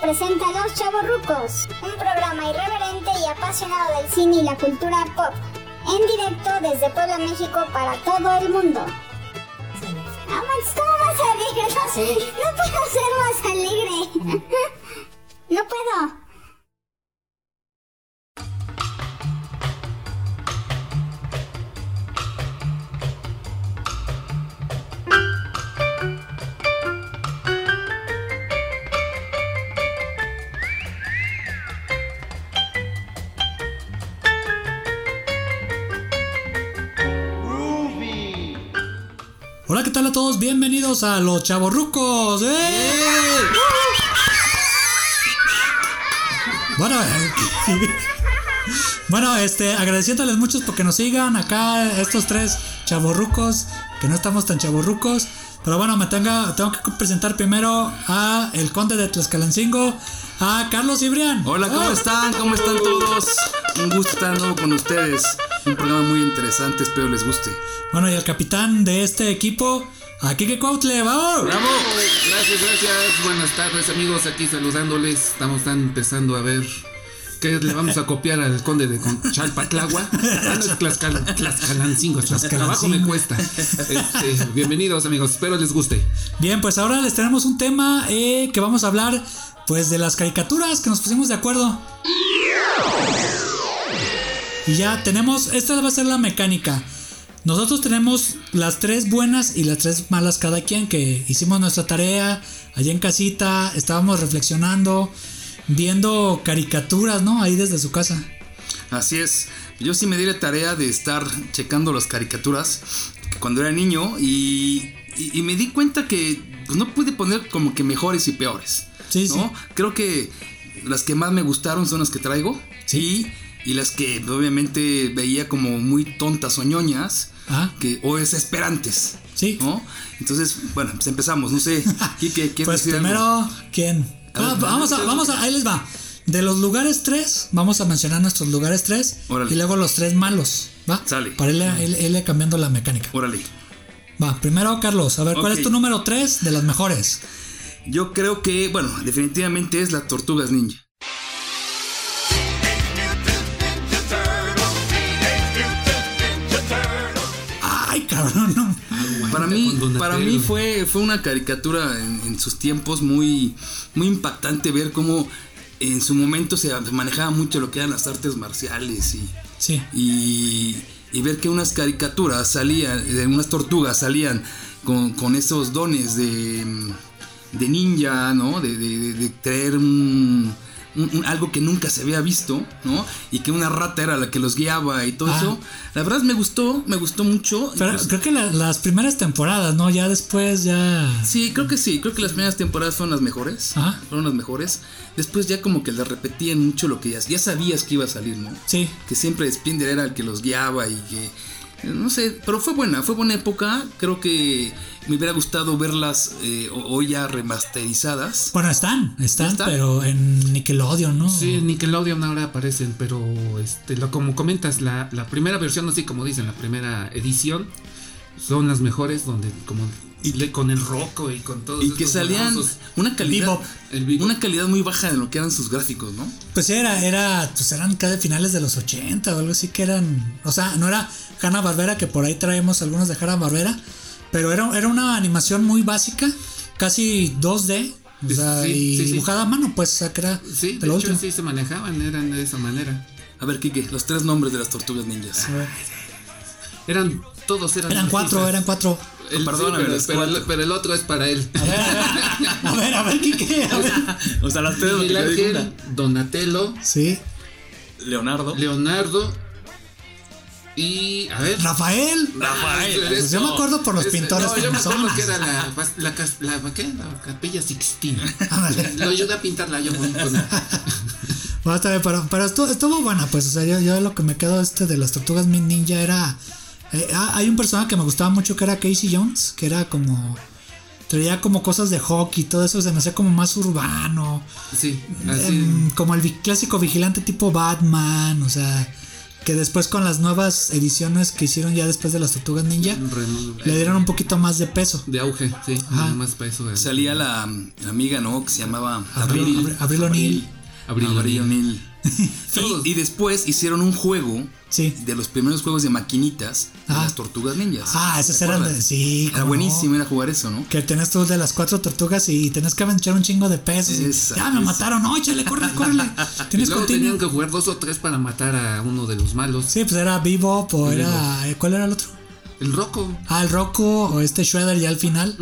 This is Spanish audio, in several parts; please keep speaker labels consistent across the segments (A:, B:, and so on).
A: presenta Los Chavos Rucos, un programa irreverente y apasionado del cine y la cultura pop, en directo desde Puebla, México para todo el mundo. Amax, ¿cómo más alegre? No,
B: Sí.
A: no puedo ser más alegre. No puedo.
C: Hola, ¿qué tal a todos? Bienvenidos a Los Chavorrucos. ¡Eh! Bueno, eh, bueno, este, agradeciéndoles muchos porque nos sigan acá estos tres chavorrucos que no estamos tan chavorrucos. Pero bueno, me tenga, tengo que presentar primero a el conde de Tlaxcalancingo, a Carlos Ibrián.
D: Hola, ¿cómo
C: Ah,
D: están? ¿Cómo están todos? Un gusto estar de nuevo con ustedes. Un programa muy interesante, espero les guste.
C: Bueno, y el capitán de este equipo, a Kike Cuautle, ¡vamos!
D: ¡Bravo! Gracias, gracias. Buenas tardes, amigos. Aquí saludándoles. Estamos tan empezando a ver qué le vamos a copiar al conde de Con- Chalpatlagua. Ah, no, es Tlaxcal- Tlaxcalancingo. Tlaxcalancingo. Trabajo me cuesta. Este, bienvenidos, amigos. Espero les guste.
C: Bien, pues ahora les tenemos un tema eh, que vamos a hablar, pues de las caricaturas que nos pusimos de acuerdo. Y ya tenemos, esta va a ser la mecánica. Nosotros tenemos las tres buenas y las tres malas cada quien, que hicimos nuestra tarea allá en casita, estábamos reflexionando, viendo caricaturas, ¿no? Ahí desde su casa.
B: Así es. Yo sí me di la tarea de estar checando las caricaturas cuando era niño y, y- y me di cuenta que pues, no pude poner como que mejores y peores.
C: Sí,
B: ¿no? Creo que las que más me gustaron son las que traigo.
C: Sí.
B: Y, y las que obviamente veía como muy tontas o ñoñas
C: Ah,
B: que, o desesperantes.
C: sí.
B: ¿no? Entonces, bueno, pues empezamos. No sé, Quique, ¿quieres
C: Pues
B: decir algo?
C: primero, ¿quién?
B: A ver,
C: Ah, vamos a,
B: primero,
C: vamos a, ahí les va. De los lugares tres, vamos a mencionar nuestros lugares tres
B: Órale.
C: y luego los tres malos, ¿va?
B: Sale.
C: Para irle, irle- irle cambiando la mecánica.
B: Órale.
C: Va, primero, Carlos, a ver, ¿cuál
B: Ok.
C: es tu número tres de las mejores?
B: Yo creo que, bueno, definitivamente es las tortugas ninja.
C: Ay, cabrón, no.
B: Para mí,
D: con Donatello.
B: para mí fue, fue una caricatura en, en sus tiempos muy, muy impactante ver cómo en su momento se manejaba mucho lo que eran las artes marciales y,
C: Sí,
B: y, y ver que unas caricaturas salían, de unas tortugas salían con, con esos dones de, de ninja, ¿no? De, de- de- de traer un, un- un- algo que nunca se había visto, ¿no? Y que una rata era la que los guiaba y todo
C: Ah.
B: eso. La verdad me gustó, me gustó mucho. Este,
C: pero
B: Incluso-
C: creo que la- las primeras temporadas, ¿no? Ya después, ya.
B: Sí, creo que sí, creo que las primeras temporadas fueron las mejores.
C: Ajá.
B: Fueron las mejores. Después ya como que le repetían mucho lo que ya, ya sabías que iba a salir, ¿no?
C: Sí,
B: que siempre Splinder era el que los guiaba y que eh, no sé, pero fue buena, fue buena época. Creo que me hubiera gustado verlas eh, o- hoy ya remasterizadas.
C: bueno, están, están,
B: están?
C: pero en Nickelodeon, ¿no?
D: Sí, en Nickelodeon ahora aparecen, pero este, lo, como comentas, la, la primera versión, así como dicen, la primera edición, son las mejores, donde como y le, con el roco y con todos
B: Y que
D: estos
B: salían
D: famosos-
B: una calidad,
C: Bebop.
D: El Bebop.
B: una calidad muy baja de lo que eran sus gráficos, ¿no?
C: Pues era, era, pues eran casi finales de los 80 o algo así que eran, o sea, no era Hanna Barbera, que por ahí traemos algunos de Hanna Barbera, pero era, era una animación muy básica, casi 2D, o
D: Sí,
C: sea,
D: sí,
C: y
D: sí, sí.
C: dibujada a mano, pues, o sea, que era
D: Sí,
C: de
D: de
C: lo
D: hecho
C: último.
D: sí se manejaban, eran de esa manera.
B: A ver, Kike, los tres nombres de las tortugas ninjas.
D: Eran todos eran
C: Eran cuatro,
D: artistas.
C: eran cuatro.
D: El-
B: Perdóname,
D: sí,
B: los
D: pero, pero el,
B: cuatro.
D: pero el otro es para él.
C: A ver, a ver, a ver, a ver, Kike, a ver.
B: O sea, las tres lo que
D: Miguel
B: yo digo,
D: Ángel, Donatello,
C: Sí,
B: Leonardo,
D: Leonardo y a ver.
C: Rafael.
B: Rafael.
D: Ah,
C: Pues yo me acuerdo por los
D: Ese-
C: pintores
D: No, yo me acuerdo
C: panzones.
D: que era la, la, cas- la- ¿qué? La capilla Sixtina.
C: Ándale.
D: Lo ayudé a pintarla yo con- con-
C: Bueno, está bien, pero, pero estuvo, estuvo buena, pues, o sea, yo, yo lo que me quedo este de las tortugas Min Ninja era... eh, ah, hay un personaje que me gustaba mucho que era Casey Jones, que era como... Traía como cosas de hockey y todo eso, se me hacía como más urbano.
D: Ah, Sí, así.
C: em, como el vi- clásico vigilante tipo Batman, o sea... que después con las nuevas ediciones que hicieron ya después de las Tortugas Ninja,
D: Remo-
C: le dieron un poquito más de peso.
D: De auge, sí. Nada más para eso. de-
B: Salía la, la amiga, ¿no? Que se llamaba
C: Abril- Abril- Abril O'Neil.
D: Abril
B: Abril
D: O'Neil.
B: O'Neil.
D: Todos.
B: Y, y después hicieron un juego
C: Sí.
B: de los primeros juegos de maquinitas de
C: Ah.
B: las tortugas ninjas.
C: Ah, esos
B: ¿Te
C: eran de-
B: acuerdas?
C: sí,
B: Era
C: cómo
B: buenísimo
C: no.
B: era jugar eso, ¿no?
C: Que tenés tú de las cuatro tortugas y tenés que aventar un chingo de pesos. y,
B: Esa,
C: ya me
B: esa.
C: mataron, no, échale, córrele, córrele.
D: Y
C: Tienes
D: luego
C: continuo.
D: tenían que jugar dos o tres para matar a uno de los malos.
C: Sí, pues era Bebop o era. eh, ¿Cuál era el otro?
D: El Rocco.
C: Ah, el Rocco o este Shredder ya al final.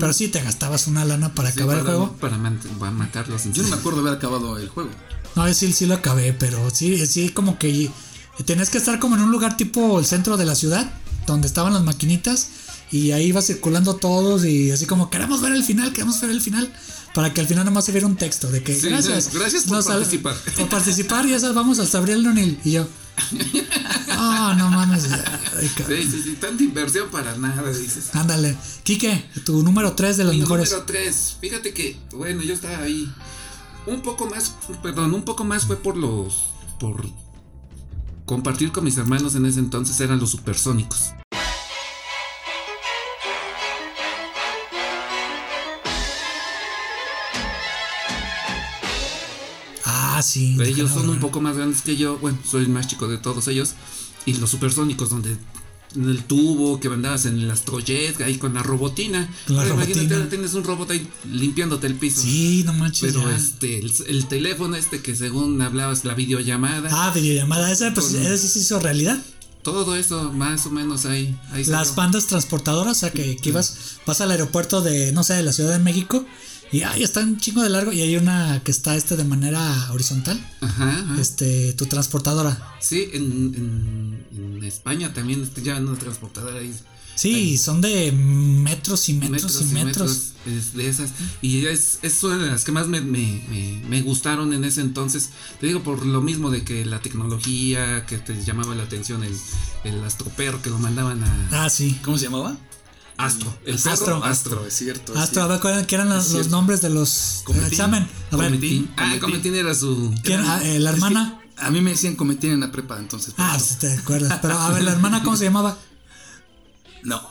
C: Pero sí te gastabas una lana para
D: Sí,
C: acabar el
D: para-
C: juego.
D: Para, man- para matarlos.
B: Yo no me acuerdo haber acabado el juego.
C: No, yo sí, sí lo acabé, pero sí, sí, como que tenías que estar como en un lugar tipo el centro de la ciudad, donde estaban las maquinitas, y ahí iba circulando todos, y así como, queremos ver el final, queremos ver el final, para que al final nomás se viera un texto de que
D: Sí,
C: gracias.
D: gracias por
C: nos sal-
D: participar".
C: Por participar, ya salvamos al Sabriel O'Neill, y yo. Ah, no mames. Ay, cabrón.
D: Sí, sí, sí. Tanta inversión para nada, dices.
C: Ándale, Quique, tu número 3 de los
D: Mi
C: mejores.
D: número 3. Fíjate que, bueno, yo estaba ahí. Un poco más, perdón, un poco más fue por los. por compartir con mis hermanos en ese entonces eran los supersónicos.
C: Ah, sí.
D: Ellos son un
C: poco
D: poco más grandes que yo. Bueno, soy el más chico de todos ellos. Y los supersónicos, donde en el tubo que andabas en el astrojet, ahí con la robotina.
C: Con la
D: Ahora
C: robotina.
D: Imagínate, tienes un robot ahí limpiándote el piso.
C: Sí, no manches.
D: Pero
C: ya.
D: este, el, el teléfono este que según hablabas la videollamada,
C: Ah, videollamada, esa pues
D: Con-
C: esa sí se hizo realidad.
D: todo eso más o menos ahí. ahí
C: Las
D: salió.
C: bandas transportadoras, o sea que, que ibas, vas al aeropuerto de, no sé, de la Ciudad de México, y ahí está un chingo de largo, y hay una que está este de manera horizontal,
D: Ajá, ajá.
C: este, tu transportadora.
D: Sí, en, en- en España también este, llevan una transportadora ahí.
C: Sí, son de metros y metros,
D: Metros
C: y metros.
D: es de esas. Y es, es una de las que más me, me- me- me gustaron en ese entonces. Te digo, por lo mismo de que la tecnología, que te llamaba la atención el, el astroperro que lo mandaban a
C: Ah, sí.
B: ¿Cómo se llamaba?
D: Astro. El
C: Astro.
D: perro, Astro.
B: es cierto.
D: Pues
B: es
C: Astro, a ver, ¿cuál- ¿qué eran los,
B: Es
C: los
B: cierto.
C: nombres de los del
B: Cometín.
C: examen? A ver,
D: Cometín. Ah, Cometín era su.
C: ¿quién- ah, eh, la hermana?
B: cierto. A mí me decían cometín en la prepa, entonces. por
C: Ah,
B: eso.
C: sí te acuerdas. Pero a ver, la hermana, ¿cómo se llamaba?
B: No,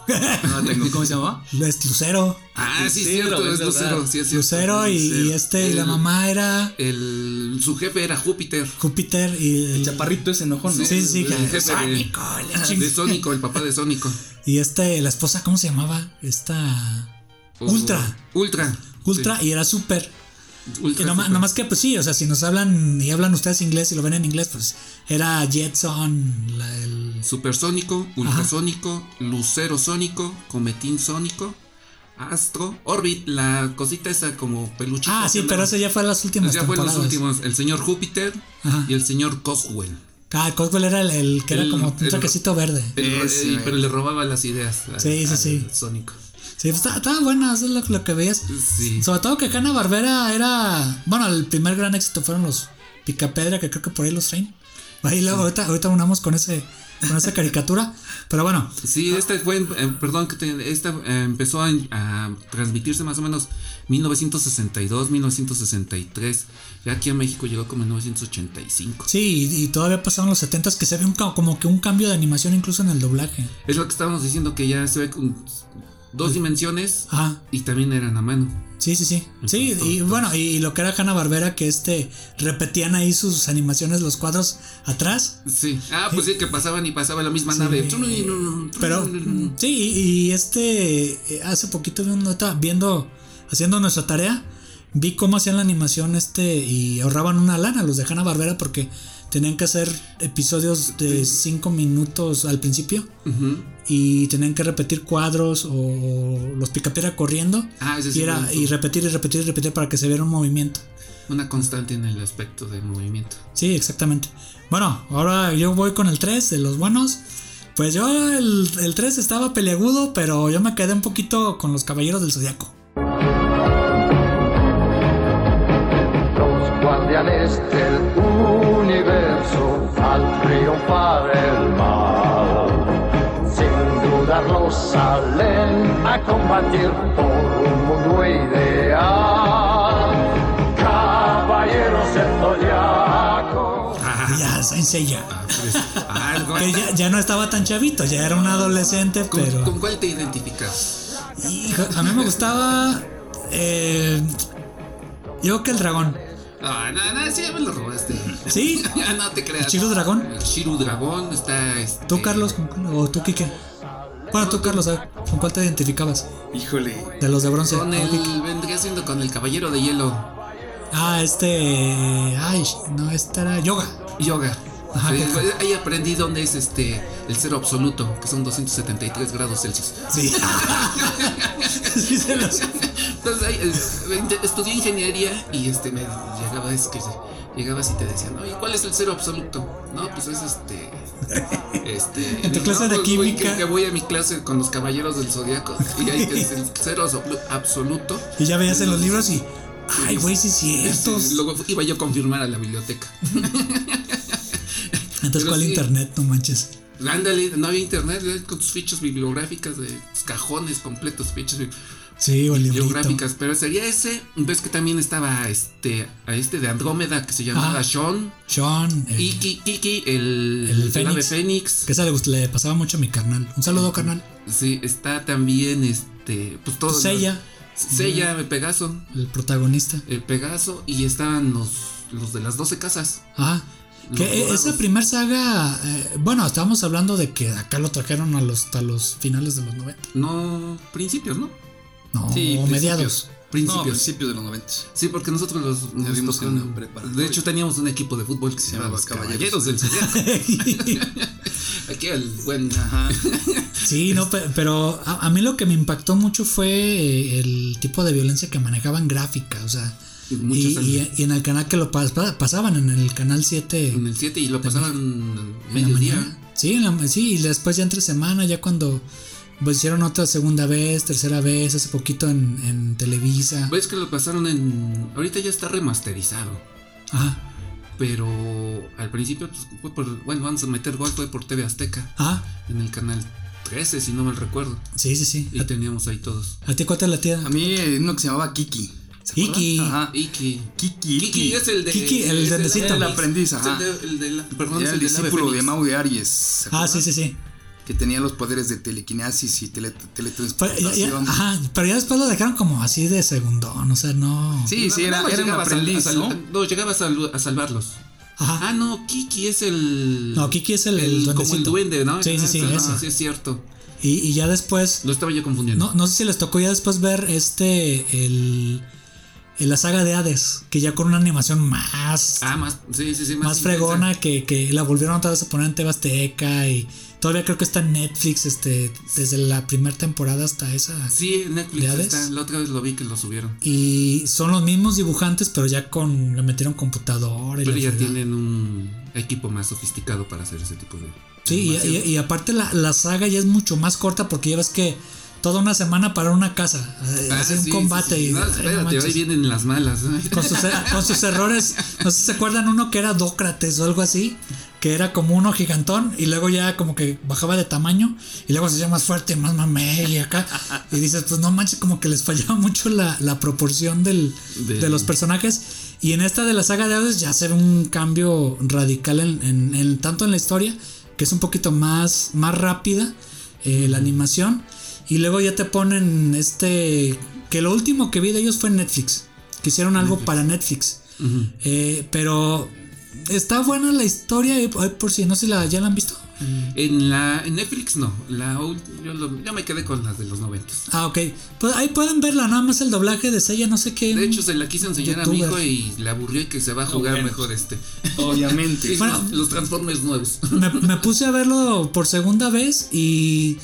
B: no la tengo. ¿Cómo se llamaba?
C: Es Lucero.
D: Ah, sí,
B: Lucero,
D: cierto,
B: es
D: es
B: verdad.
D: Lucero, sí, es cierto.
C: Lucero y, y este, y la
D: El-
C: mamá era
D: El, su jefe era Júpiter.
C: Júpiter y
B: El chaparrito ese enojón, ¿no?
C: Sí, sí,
D: el
C: que-
D: jefe de-
C: Sónico, la ching-
D: De Sónico, el papá de Sónico.
C: Y este, la esposa, ¿cómo se llamaba? Esta.
D: O-
C: Ultra.
D: Ultra.
C: Ultra y era súper.
D: Sí,
C: Que
D: Ultra.
C: nada más-
D: super.
C: nada más que, pues sí, o sea, si nos hablan y hablan ustedes inglés y lo ven en inglés, pues era Jetson, la- el.
D: Supersónico, ultrasónico, lucero sónico, cometín sónico, astro, orbit, la cosita esa como peluchita.
C: Ah,
D: que
C: sí,
D: andaba.
C: pero ese ya fue en las últimas
D: ya fue
C: temporadas.
D: los últimos. El señor Júpiter
C: Ajá.
D: y el señor Coswell.
C: Ah, Coswell era el, el que era
D: El-
C: como un
D: el-
C: saquecito verde.
D: El-
B: Ese,
D: y-
B: güey.
D: pero le robaba las ideas. al-
C: Sí, sí,
D: al
C: sí.
D: Sónico.
C: Sí, pues, estaba estaba buena, eso es lo, lo que veías.
D: Sí.
C: Sobre todo que Hanna Barbera era. Bueno, el primer gran éxito fueron los Picapedra, que creo que por ahí los traen. Ahí luego, ahorita, ahorita unamos con ese con esa caricatura. Pero bueno,
D: Sí, esta fue, en- en- perdón, que te- esta eh, empezó a, a transmitirse más o menos 1962, 1963. Ya aquí a México llegó como en 1985.
C: sí, y, y todavía pasaron los 70s que se ve un ca- como que un cambio de animación incluso en el doblaje.
D: Es lo que estábamos diciendo que ya se ve con dos dimensiones
C: Ajá,
D: y también eran a mano.
C: sí, sí, sí. Sí, y bueno, y lo que era Hanna Barbera, que este repetían ahí sus animaciones, los cuadros atrás.
D: Sí. Ah, pues sí, que pasaban y pasaba la misma
C: Sí.
D: nave.
C: Pero mm, sí, y, y este eh, hace poquito vi un nota viendo, haciendo nuestra tarea, vi cómo hacían la animación este y ahorraban una lana los de Hanna Barbera porque tenían que hacer episodios de 5 minutos al principio
D: Ujú.
C: y tenían que repetir cuadros o los picapiedra corriendo
D: Ah, ese
C: y,
D: sí
C: era-
D: me gustó.
C: y repetir y repetir y repetir para que se viera un movimiento.
D: Una constante en el aspecto del movimiento.
C: Sí, exactamente. Bueno, ahora yo voy con el 3 de los buenos. Pues yo el, el 3 estaba peleagudo, pero yo me quedé un poquito con los caballeros del zodiaco.
E: Los guardianes del universo al triunfar el mal. Sin dudarlo salen a combatir por un mundo ideal. Caballeros del zodiaco.
C: Y ya, Saint Seiya.
D: Ah, pues, ah,
C: Que ya, ya no estaba tan chavito, ya era un adolescente,
D: ¿Con,
C: pero.
D: con cuál te identificas?
C: Hijo, a mí me gustaba. eh, yo creo que el dragón.
D: Ah, no, no, sí, ya me lo robaste.
C: ¿Sí?
D: Ya no te creas.
C: ¿Chiro dragón?
D: El Shiru Dragón está. este,
C: ¿Tú, Carlos? con cuál? ¿O tú, Kike? Bueno, tú, Carlos, a ver, ¿con cuál te identificabas?
B: Híjole.
C: De los de bronce.
D: Con
C: ¿no, Kike?
D: el. Vendría siendo con el Caballero de Hielo.
C: Ah, este. Ay, no, este era yoga.
D: Yoga.
C: Ajá,
D: Eh,
C: yoga.
D: ahí aprendí dónde es este el cero absoluto, que son 273 grados Celsius.
C: Sí. Sí, se los-
D: Entonces ahí, eh, int- estudié ingeniería y este me llegaba es que llegabas y te decían, oye, ¿cuál es el cero absoluto? No, pues es este. Este.
C: En tu
D: no,
C: clase de
D: pues, güey,
C: química.
D: Que, que voy a mi clase con los caballeros del zodiaco y ahí te dicen cero absolu- absoluto.
C: Y ya veías en los libros y. Ay, güey, sí, es cierto.
D: Este, Luego iba yo a confirmar a la biblioteca.
C: Entonces,
D: pero
C: ¿cuál
D: sí.
C: internet? No manches.
D: Ándale, no había internet, eh, con tus fichas bibliográficas de tus cajones completos, fichas bi-
C: Sí, o el librito.
D: bibliográficas. Pero sería ese. Ves que también estaba este, a este de Andrómeda que se llamaba
C: Ah.
D: Sean.
C: Sean. eh,
D: Y Ki- Kiki, el,
C: El
D: el ave
C: Fénix.
D: Fénix.
C: que esa le, gust- le pasaba mucho a mi carnal. Un saludo, carnal.
D: Sí, está también este. Pues todo.
C: Pues ella,
D: Sella, el Pegaso.
C: el protagonista.
D: El Pegaso. Y estaban los, los de las 12 casas.
C: Ah, que
D: Los
C: e-
D: dorados.
C: esa primer saga. eh, bueno, estábamos hablando de que acá lo trajeron a los, a los finales de los 90.
D: No, principios, ¿no?
C: No,
B: Sí,
C: mediados.
B: Principios. No,
D: Principios.
B: principios de los 90.
D: Sí, porque nosotros los. nos
B: vimos en la
D: tocaron-
B: preparatoria.
D: de hecho, teníamos un equipo de fútbol que se llamaba los Caballeros,
B: Caballeros.
D: del Zodiaco. Aquí el buen.
B: Ajá.
C: Sí, no, pe- pero a, a mí lo que me impactó mucho fue eh, el tipo de violencia que manejaban gráfica, o sea,
D: Y mucha
C: y, eh,
D: sangre.
C: y- y en el canal que lo pas- pa- pasaban, en el canal 7
D: En el 7 y lo pasaban
C: en la
D: mediodía.
C: mañana. Sí, en la- sí, y después ya entre semana, ya cuando pues, hicieron otra segunda vez, tercera vez, hace poquito en, en Televisa.
D: Ves que lo pasaron en. Ahorita ya está remasterizado.
C: Ajá,
D: Pero al principio pues, fue por. Bueno, vamos a meter gol, fue por TV Azteca.
C: ah,
D: En el canal 13, si no mal recuerdo.
C: sí, sí, sí.
D: Y teníamos ahí todos.
C: ¿A, a ti cuál te latía?
B: A mí eh, uno que se llamaba Kiki. ¿Se acuerdan?
C: Kiki.
B: Ajá.
D: Iki.
B: Kiki.
D: Kiki es el de.
C: Kiki, el
D: es
C: duendecito.
D: ave
C: El
D: fénix.
B: aprendiz,
D: Es
B: ajá.
D: El, de- el de la- perdón,
B: Era
D: es
B: el
D: del ave
B: discípulo de
D: fénix.
B: Mau de Aries. ¿se
C: Ah,
B: acuerdan?
C: sí, sí, sí.
B: Que tenía los poderes de telequinesis y tele-
C: Pero ya- ya-
B: teletransportación.
C: eh, ajá, pero ya después lo dejaron como así de segundón, o sea, no.
B: Sí, sí, era,
D: No,
B: era un
D: llegabas a-
B: aprendiz,
D: a,
B: ¿no?
D: sal- llegabas a, lu- a salvarlos.
C: Ajá.
D: Ah, no, Kiki es el.
C: No, Kiki es el- el
D: Como el
C: duendecito.
D: duende, ¿no?
C: Sí, sí,
D: Ah,
C: sí,
D: ah,
C: ese.
D: sí, es cierto.
C: Y, y ya después
D: Lo estaba yo confundiendo.
C: No, no sé si les tocó ya después ver este el, el- la saga de Hades, que ya con una animación más,
D: Ah, más. Sí, sí, sí.
C: más,
D: intensa.
C: fregona que, que la volvieron otra vez a poner en TV Azteca y todavía creo que está en Netflix este desde la primera temporada hasta esa.
D: Sí, en Netflix
C: ¿De Hades?
D: está. La otra vez lo vi que lo subieron.
C: Y son los mismos dibujantes, pero ya con le metieron computador y
D: Pero
C: la
D: ya
C: fregada.
D: tienen un equipo más sofisticado para hacer ese tipo de.
C: Sí, y, y- y aparte la, la saga ya es mucho más corta porque ya ves que toda una semana para una casa, eh,
D: Ah,
C: así un
D: sí,
C: combate
D: sí, sí.
C: y
D: No,
C: ay, no
D: espérate,
C: manches.
D: ahí vienen las malas.
C: con sus, er, con sus errores. No sé si se acuerdan uno que era Dócrates o algo así, que era como uno gigantón y luego ya como que bajaba de tamaño y luego se hacía más fuerte, más mamé y acá. Y dices, pues no manches, como que les fallaba mucho la, la proporción del,
D: Del-
C: de los personajes. Y en esta de la saga de Hades ya se ve un cambio radical en, en- en- tanto en la historia, que es un poquito más, más rápida eh, la animación. Y luego ya te ponen este... Que lo último que vi de ellos fue en Netflix. Que hicieron algo para Netflix.
D: Ujú.
C: Eh, pero está buena la historia. eh, ay, por si no sé, si la, ¿ya la han visto?
D: En la en Netflix no. La, ul- yo, lo- yo me quedé con las de los noventas.
C: Ah, ok. Pues ahí pueden verla, nada más el doblaje de Sella, no sé qué.
D: De hecho, se la quise enseñar a mi hijo
C: Mm. Youtuber.
D: y le aburrió y que se va a jugar
B: bueno.
D: mejor este.
B: Obviamente.
D: Sí,
C: Bueno.
D: los, los Transformers nuevos.
C: me, me puse a verlo por segunda vez y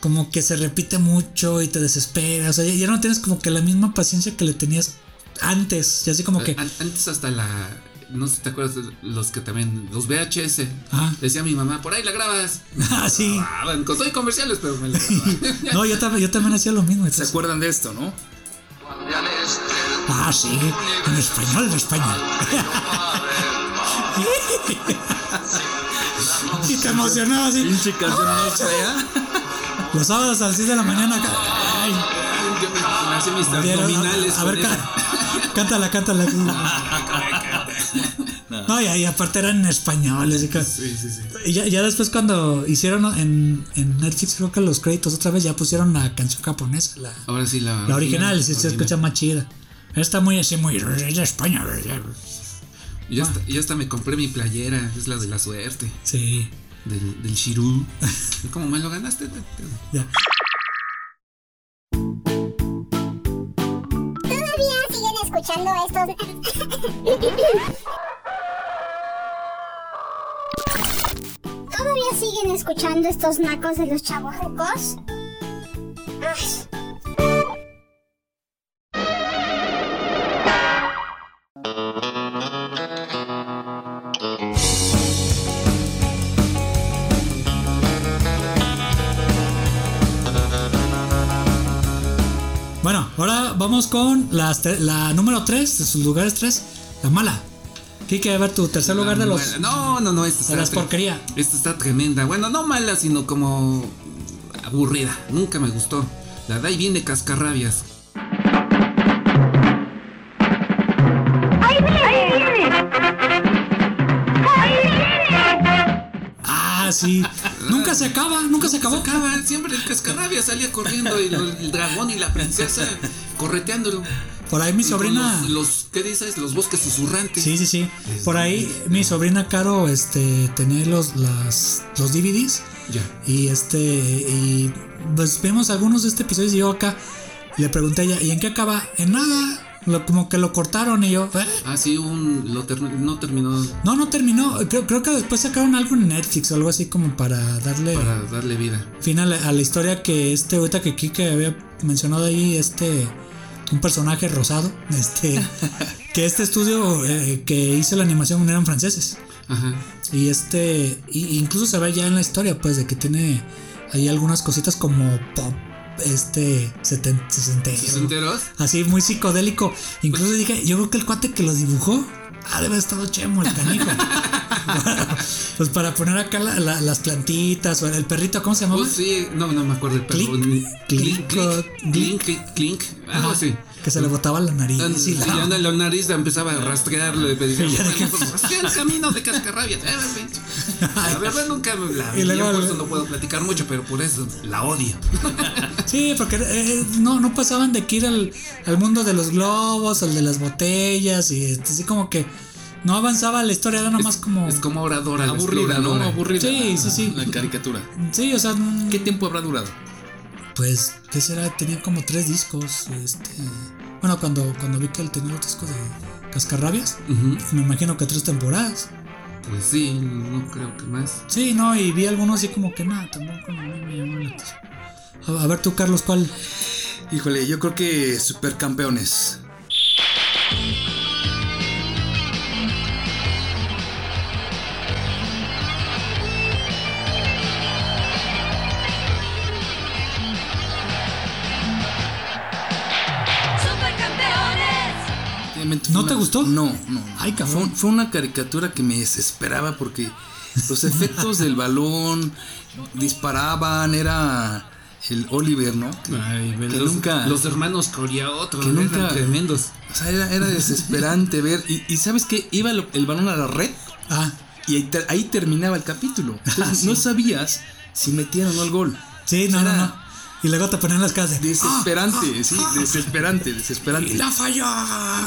C: como que se repite mucho y te desespera. O sea, ya, ya no tienes como que la misma paciencia que le tenías antes. Y así como que...
D: An- antes hasta la. No sé si te acuerdas de los que también. Los VHS.
C: Ah.
D: Decía mi mamá, por ahí la grabas.
C: Ah, sí.
D: Grababan, con todo y comerciales, pero me la grababan.
C: No, yo, tam- yo también hacía lo mismo.
B: ¿Se
C: entonces-
B: acuerdan de esto, no?
E: Guardianes del
C: ah, sí. En español, en español.
E: río Mar
C: Y te emocionaba así.
B: Pinche canción más fea.
C: Los sábados a las 6 de la mañana. ca- Ay,
D: Yo me, me hacía mis
C: a ver,
D: abdominales.
C: a, a ver,
D: con eso.
C: ca- cántala, cántala.
B: No,
C: No, y, y aparte eran españoles. y que-
D: Sí, sí, sí.
C: Y ya, ya después cuando hicieron en, en Netflix creo que los créditos otra vez ya pusieron la canción japonesa, la,
D: Ahora sí la.
C: la original, sí se
D: original.
C: escucha más chida. Está muy así, muy de España.
D: Ya hasta,
C: Ah.
D: ya hasta me compré mi playera, es la de la suerte,
C: Sí,
D: del, del Shirú. ¿Cómo me lo ganaste? güey?
C: ya.
A: Todavía siguen escuchando estos. ¿Todavía siguen escuchando estos nacos de los chavos rucos?
C: Bueno, ahora vamos con las tre- la número 3 de sus lugares 3, la mala. Kike, a ver tu tercer lugar
D: La
C: de los...
D: muela. No, no, no, esta está.
C: las
D: tre-
C: porquería.
D: Esta está tremenda. Bueno, no mala, sino como. aburrida. Nunca me gustó. La da y viene cascarrabias.
C: Ah, sí. nunca se acaba, nunca se acabó.
D: Acaba, siempre el cascarrabias salía corriendo y lo- el dragón y la princesa correteándolo.
C: Por ahí mi sobrina...
D: Los, Este, los- ¿Qué dices? Los bosques susurrantes.
C: Sí, sí, sí. Por ahí mi sobrina Caro este, tenía los, las, los DVDs
D: Ya.
C: y este y pues vemos algunos de este episodio y yo acá le pregunté a ella, ¿y en qué acaba? En nada. Lo- como que lo cortaron y yo, "¿Eh?
D: Ah, sí, un, lo ter- no terminó
C: No, no terminó. Creo, creo que después sacaron algo en Netflix o algo así como para darle
D: para darle vida.
C: fin a la, a la historia que este ahorita que Kike había mencionado ahí, este un personaje rosado, este que este estudio eh, que hizo la animación eran franceses.
D: Ajá.
C: Y este, y- incluso se ve ya en la historia, pues, de que tiene ahí algunas cositas como pop, este, seten- sesentero.
D: ¿Sí se enteros?
C: Así, muy psicodélico. Incluso dije, yo creo que el cuate que los dibujó, ha de haber estado chemo el canijo. pues para poner acá la- la- las plantitas o el perrito, ¿cómo se llamaba?
D: Oh, sí, no, no me acuerdo el perro.
C: Clink,
D: clink,
C: clink,
D: clink, clink, clink, algo
C: Ajá,
D: así.
C: Que se le botaba la nariz.
D: Ah,
C: y
D: Sí,
C: la-
D: y anda en la nariz, la empezaba a rastrearlo. Y me decía,
C: Ya
D: "Bueno,
C: que-
D: pues, rastrea el camino de cascarrabias. eh, güey". La verdad, nunca me la.
C: Y luego
D: yo por
C: el-
D: eso no puedo platicar mucho, pero por eso la odio.
C: Sí, porque eh, no, no pasaban de que ir al, al mundo de los globos, al de las botellas, y este, así como que no avanzaba la historia, era nomás como...
D: Es como oradora. la
B: Aburrida, ¿no?
D: exploradora.
B: Aburrida.
C: Sí, sí, sí.
B: La caricatura.
C: Sí, o sea, mm,
B: ¿Qué tiempo habrá durado?
C: pues, ¿qué será? Tenía como tres discos. Este, bueno, cuando, cuando vi que él tenía los discos de Cascarrabias,
D: Ujú.
C: me imagino que tres temporadas.
D: Pues sí, no creo que más.
C: Sí, no, y vi algunos así como que nada, tampoco no me llamó la atención. A, a ver tú, Carlos, ¿cuál?
B: Híjole, yo creo que supercampeones.
F: ¡Supercampeones!
B: Obviamente
C: ¿No
B: fue
C: te gustó?
B: No, no.
C: Ay, cabrón.
B: Fue, un- fue una caricatura que me desesperaba porque los efectos del balón disparaban, era el Oliver, ¿no?
D: Ay, ve,
B: que
D: los,
B: nunca-
D: los hermanos Coria otros
B: que
D: eran
B: nunca-
D: tremendos.
B: O sea, era, era desesperante ver. Y, y ¿sabes qué? Iba el, el balón a la red
C: Ah,
B: y ahí, ter- ahí terminaba el capítulo. Entonces, no sabías si metían o no el gol.
C: sí, no,
B: Era
C: no, no. Y luego te ponían las casas de...
B: Desesperante,
C: Ah,
B: sí, desesperante, desesperante.
C: ¡La falló!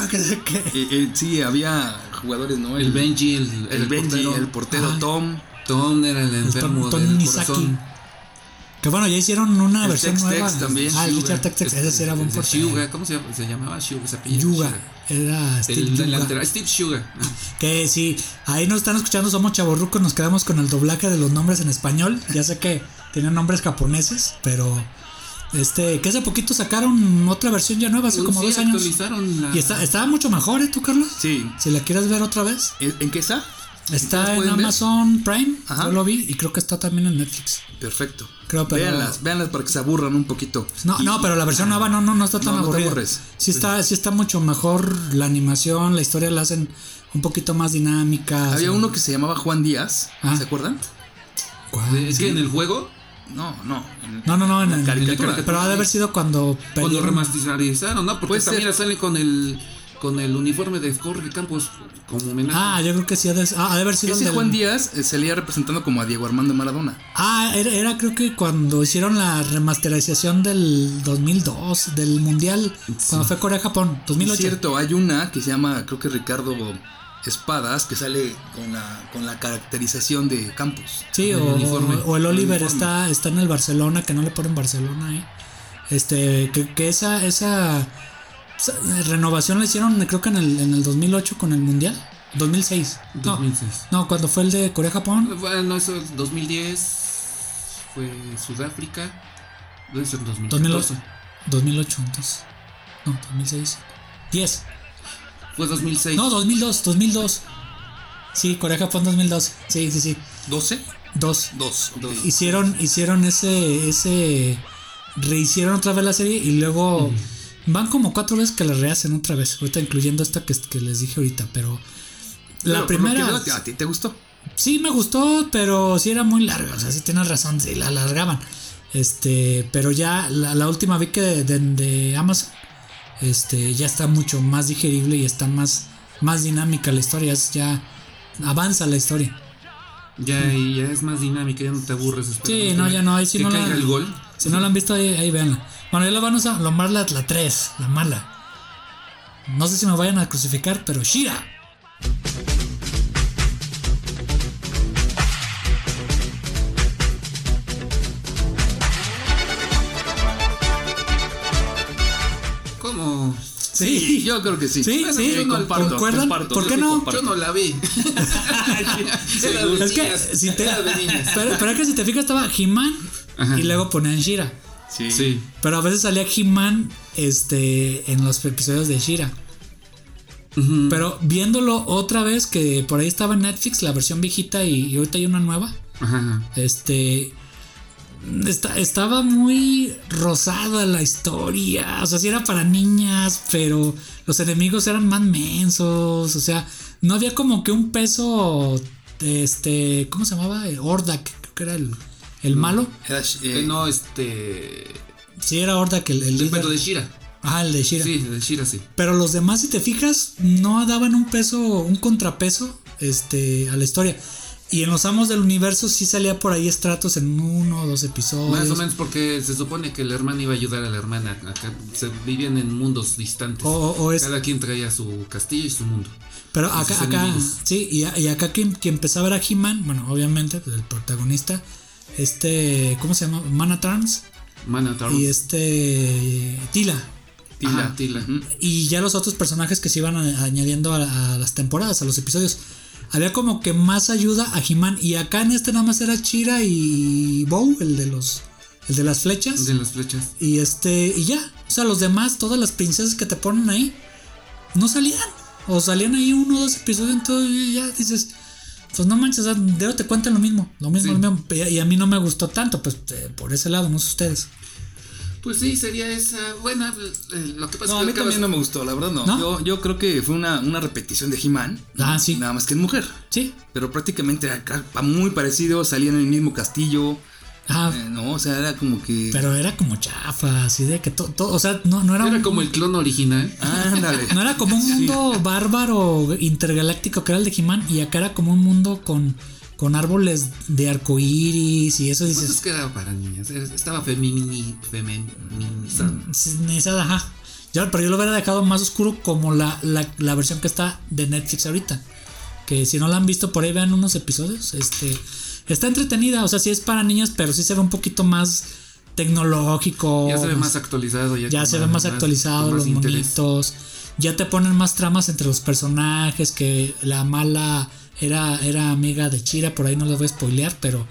C: Que sé qué.
B: Eh, eh, sí, había jugadores, ¿no?
D: El Benji, el,
B: el, Benji, el portero
C: Ajá.
B: Tom.
D: Tom era el
C: El
D: enfermo
C: Tom- Tom
D: del
C: Nizaki.
D: corazón.
C: Que bueno, ya hicieron una
B: El
C: versión
B: Tex-Tex
C: nueva.
B: también,
C: Ah, el
B: Sugar.
C: Richard Tex Tex,
D: Este,
C: ese era buen
D: el
C: portero.
D: Suga, ¿cómo se, llama? se llamaba? Suga, se apellida
C: Yuga.
D: Suga.
C: Era Steve
D: El
C: Yuga.
D: delantero, Steve Suga.
C: Que sí, ahí nos están escuchando, somos chavorrucos, nos quedamos con el doblaje de los nombres en español. Ya sé que tienen nombres japoneses, pero este, que hace poquito sacaron otra versión ya nueva, hace como
D: Sí,
C: dos años.
D: actualizaron la-
C: Y está, estaba mucho mejor, ¿eh, tú, Carlos?
B: Sí.
C: Si la quieres ver otra vez,
B: ¿En en qué está?
C: está en
B: pueden ver?
C: Amazon Prime,
B: Ajá.
C: yo lo vi, y creo que está también en Netflix.
B: Perfecto.
C: Creo, pero-
B: Véanlas, véanlas para que se aburran un poquito.
C: Pues No,
B: Y-
C: no, pero la versión nueva no, no, no está tan
B: No, no te
C: aburrida.
B: aburres.
C: sí está, sí está mucho mejor la animación, la historia la hacen un poquito más dinámica.
B: Había
C: hacen-
B: uno que se llamaba Juan Díaz,
C: Ah.
B: ¿se acuerdan?
C: ¿Cuál?
D: Es que en el juego,
B: No, no.
C: No, no, no, en,
B: La
C: en-
B: caricatura.
C: Pero ha de haber sido cuando
D: cuando
C: perdieron-
D: remasterizaron, ¿no? Porque
B: Puede
D: esta
B: ser.
D: mira sale con el. con el uniforme de Jorge Campos como homenaje.
C: Ah, yo creo que sí ha de, ah, ha de haber sido el
B: Ese
C: del-
B: Juan Díaz eh, salía representando como a Diego Armando Maradona.
C: Ah, era, era creo que cuando hicieron la remasterización del 2002, del Mundial, cuando fue Corea-Japón,
B: Es
C: 2008.
B: cierto, hay una que se llama, creo que Ricardo Espadas, que sale con la, con la caracterización de Campos.
C: Sí,
B: Con
C: o,
B: el uniforme.
C: o el Oliver
B: Uniforme.
C: está, está en el Barcelona, que no le ponen Barcelona ahí. Este, que, que esa, esa esa renovación la hicieron creo que en el, en el 2008 con el Mundial. 2006. No,
D: 2006.
C: no, cuando fue el de Corea-Japón.
D: Bueno, eso es 2010. Fue Sudáfrica. Debe ser 2014.
C: 2008. 2008, entonces. No, 2006. 10.
D: Fue 2006.
C: No, 2002, 2002. Sí, Corea-Japón 2002. Sí, sí, sí.
B: ¿12?
C: Dos.
B: 2.
C: Hicieron, hicieron ese, ese. Rehicieron otra vez la serie y luego. Van como cuatro veces que la rehacen otra vez. Ahorita incluyendo esta que, que les dije ahorita, pero. La primera.
B: ¿A ti te gustó?
C: Sí, me gustó, pero sí era muy larga. O sea, sí tienes razón, sí la alargaban. Este, pero ya la, la última vi que de, de- de Amazon, este, ya está mucho más digerible y está más, más dinámica la historia. es ya avanza la historia.
D: Ya, y ya es más dinámica, ya no te aburres. esperando
C: Sí, no,
D: que-
C: ya no, ahí sí
D: que
C: no la-
D: caiga el gol.
C: Si no la han visto, ahí, ahí véanla. Bueno, ya la van a usar, lo más la, la 3, la mala. No sé si me vayan a crucificar, pero Shira.
D: ¿Cómo?
C: Sí,
B: Yo creo que sí.
C: Sí,
B: Bueno,
C: sí,
B: yo
C: con- concuerdan. ¿Por
B: yo
C: qué
B: sí
C: no?
B: comparto.
D: Yo no la vi. Era de
C: Es que,
D: niñas,
C: si te-
D: era de niñas.
C: pero, pero es que si te fijas, estaba He-Man
D: Ajá.
C: y luego ponían Shira.
B: Sí.
D: Sí.
C: Pero a veces salía He-Man este, en los episodios de Shira.
D: Ujú.
C: Pero viéndolo otra vez, que por ahí estaba en Netflix, la versión viejita y, y ahorita hay una nueva.
D: Ajá.
C: Este. esta- estaba muy rosada la historia. O sea, sí era para niñas, pero los enemigos eran más mensos. O sea, no había como que un peso. Este. ¿Cómo se llamaba? El Ordak, creo que era el,
D: Mm.
C: el malo.
B: Era, sh- eh,
D: Eh, no, este.
C: Sí, era Ordak el, el
D: El
C: líder.
D: pelo de Shira.
C: Ah, el de Shira.
D: Sí, de Shira, sí.
C: Pero los demás, si te fijas, no daban un peso, un contrapeso este, a la historia. Y en los Amos del Universo sí salía por ahí estratos en uno o dos episodios.
D: Más o menos porque se supone que la hermana iba a ayudar a la hermana. Acá se vivían en mundos distantes.
C: O- o- o Oh, es-
D: Cada quien traía su castillo y su mundo.
C: Pero
D: Esos
C: acá, acá,
D: enemigos.
C: sí, y, a- y acá quien, quien empezaba era He-Man, bueno, obviamente, pues, el protagonista. Este, ¿cómo se llama? Mana Trans
D: Manatar.
C: y este Tila.
B: Tila.
D: Ajá, Tila.
B: Ujú.
C: Y ya los otros personajes que se iban a- añadiendo a, a las temporadas, a los episodios. Había como que más ayuda a He-Man. Y acá en este nada más era Chira y Bow, el de los. El de las flechas.
D: De las flechas.
C: Y este. Y ya. O sea, los demás, todas las princesas que te ponen ahí. No salían. O salían ahí uno o dos episodios. Entonces y ya dices. Pues no manches, o sea, Deo te cuentan lo mismo. Lo mismo,
D: Sí.
C: lo mismo. Y a- Y a mí no me gustó tanto. Pues eh, por ese lado, no sé ustedes.
D: Pues sí, sería esa. Buena. eh, Lo que pasa
B: No, Pues a
D: es que
B: mí
D: acabas-
B: también no me gustó, la verdad no.
C: ¿No?
B: Yo, yo creo que fue una, una repetición de He-Man.
C: Ah, sí.
B: Nada más que en mujer.
C: Sí.
B: Pero prácticamente acá, pa- muy parecido, salían en el mismo castillo.
C: Ah,
B: Eh, no, o sea, era como que.
C: Pero era como chafa, así de que todo, o sea, no, no era,
D: Era
C: un-
D: como el clon original.
B: Ándale.
C: no era como un mundo bárbaro intergaláctico que era el de He-Man y acá era como un mundo con, con árboles de arcoíris y eso
D: Pues es
C: dices,
D: que era para niñas. era- Estaba femini, feminizado.
C: "Sí, necesitaba, ajá. Ya, pero yo lo hubiera dejado más oscuro como la, la, la versión que está de Netflix ahorita. Que si no la han visto por ahí vean unos episodios. Este está entretenida, o sea, sí es para niñas, pero sí se ve un poquito más tecnológico.
D: Ya se ve
C: no
D: más actualizado. Ya,
C: ya
D: con
C: se ve más
D: con
C: actualizado
D: con más
C: los
D: interés.
C: monitos ya te ponen más tramas entre los personajes que la mala era era amiga de Chira por ahí no les voy a spoilear pero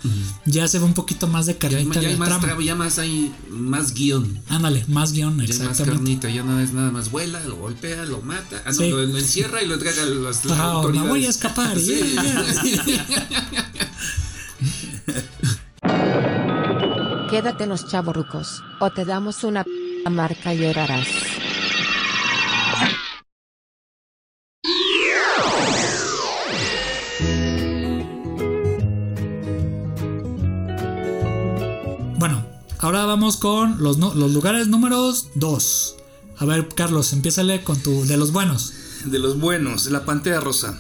C: ya se ve un poquito más de
D: Ya hay,
C: carnita
D: ya hay
C: la
D: más
C: trama
D: trama, ya más hay más guión.
C: ándale más guión
D: Ya hay más
C: exactamente
D: carnita, ya no es nada más vuela, lo golpea, lo mata, ah, no,
C: Sí.
D: lo, lo encierra y lo entrega a las las
C: Ah, me
D: autoridades.
C: voy a escapar
D: Sí.
C: ya, ya, sí.
G: Quédate en los chavorrucos, o te damos una p- marca y llorarás.
C: bueno ahora vamos con los nu- los lugares números 2 a ver Carlos empiézale con tu de los buenos
B: de los buenos, la Pantera Rosa.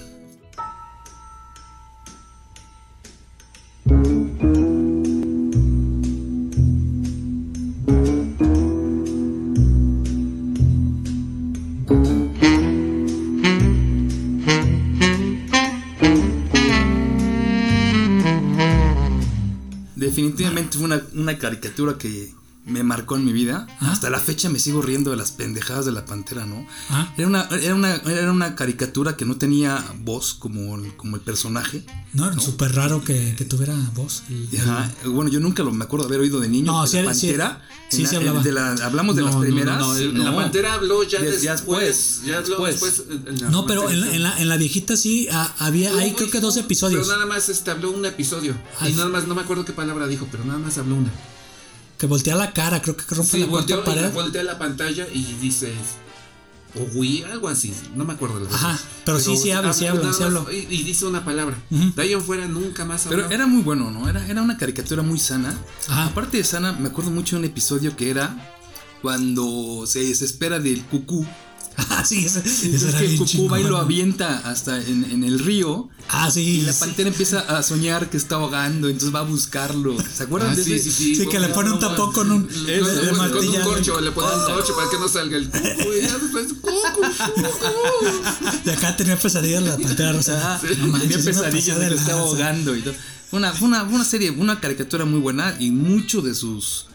B: Definitivamente fue una, una caricatura que me marcó en mi vida.
C: Ah.
B: Hasta la fecha me sigo riendo de las pendejadas de la pantera, ¿no?
C: Ah.
B: Era, una, era, una, era una caricatura que no tenía voz como el, como el personaje.
C: No, era súper raro que, que tuviera voz. el-
B: Ajá. Bueno, yo nunca lo me acuerdo haber oído de niño.
C: No,
B: que
C: sí
B: la
C: era- sí era-
B: pantera. en
C: sí se
B: la-
C: hablaba.
B: de la- hablamos de
C: No,
B: las
C: no, no,
B: primeras.
D: No, el- la
B: No.
D: pantera habló ya
B: Des-
D: después.
B: ya después,
D: ya habló
B: después.
D: después, eh, en la
C: No, pero en
D: pantera.
C: la, en la, en la viejita sí ah, había, hay creo que dos episodios.
D: Pero nada más este, habló un episodio.
C: Ay.
D: Y nada más, no me acuerdo qué palabra dijo, pero nada más habló una.
C: Que voltea la cara, creo que rompe
D: Sí,
C: la
D: volteó,
C: cuarta pared.
D: voltea la pantalla y dice. O Wii, algo así. No me acuerdo. la
C: Ajá,
D: verdad.
C: pero sí, sí habla, sí habla,
D: nada
C: sí
D: más,
C: habló.
D: Y, y dice una palabra.
C: Ujú.
D: De ahí en fuera nunca más habló.
B: Pero era muy bueno, ¿no? Era, era una caricatura muy sana.
C: Ajá.
B: Aparte de sana, me acuerdo mucho de un episodio que era cuando se desespera del cucú.
C: Ah, sí, ese, ese
B: Entonces
C: era
B: que el
C: bien
B: cucú
C: chingón.
B: va y lo avienta hasta en, en el río.
C: Ah, sí.
B: Y la
C: sí.
B: pantera empieza a soñar que está ahogando, entonces va a buscarlo. ¿Se acuerdan
D: Ah,
B: de ese?
C: Sí, que le pone un tapón con un-
D: Con,
C: de- de
D: con un
C: martillar.
D: corcho, le pone un corcho para que no salga el cucu. y ya después, cucu, cucu.
C: Y acá tenía pesadillas la pantera rosa.
B: Ah,
C: No manches,
B: tenía
C: sí me
B: pesadillas
C: pasé
B: de que
C: de
B: lo estaba
C: lanza.
B: ahogando y todo. Fue Una, fue una, fue una serie, una caricatura muy buena y mucho de sus.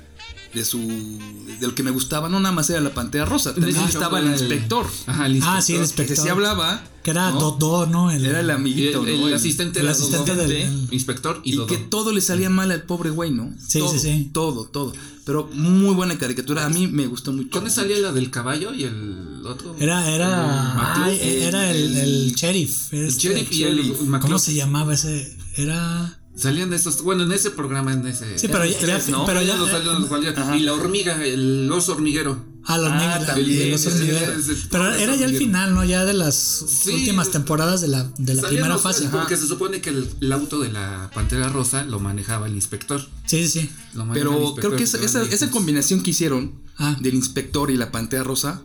B: De su. De lo que me gustaba, no nada más era la pantera rosa, también
D: Ah,
B: estaba el
D: chocolate.
B: inspector.
D: Ajá, el
C: Ah, sí, el
D: inspector.
B: Que
C: inspector.
B: se hablaba.
C: Que era
B: ¿no?
C: Dodó, ¿no? El-
B: Era el
D: Y
B: amiguito,
D: el,
B: ¿no?
D: el asistente
C: el
D: era
C: asistente
D: Dodó.
C: del-
D: Inspector y,
B: Y
D: Dodó.
B: que todo le salía mal al pobre güey, ¿no?
C: Sí,
B: todo,
C: sí, sí.
B: Todo, todo. Pero muy buena caricatura. A mí me gustó mucho.
D: ¿Dónde salía la del caballo y el otro?
C: Era, era, ay, e,
D: Macluff.
C: era el, el sheriff.
D: El
C: este,
D: sheriff y el Macluff.
C: ¿Cómo se llamaba ese? Era.
D: Salían de estos. Bueno, en ese programa, en ese.
C: Sí, pero ya.
B: tres,
C: ya-
B: ¿no?
C: Pero ya eh,
D: Salían los- salían los cuales- Y la hormiga, el oso hormiguero.
C: a la hormiga,
B: Ah,
C: la-
B: también,
C: de los
B: ese-
C: hormigueros.
D: ese-
C: Pero era ya el final, ¿no? Ya de las últimas temporadas de la, de la
D: Salían
C: primera
D: los tres,
C: fase.
D: Porque se supone que el, el auto de la pantera rosa lo manejaba el inspector.
C: Sí, sí, sí.
D: Lo manejaba el
B: Pero
D: inspector,
B: creo que esa,
D: pero
B: esa,
D: le-
B: esa combinación que hicieron
C: Ah.
B: del inspector y la pantera rosa,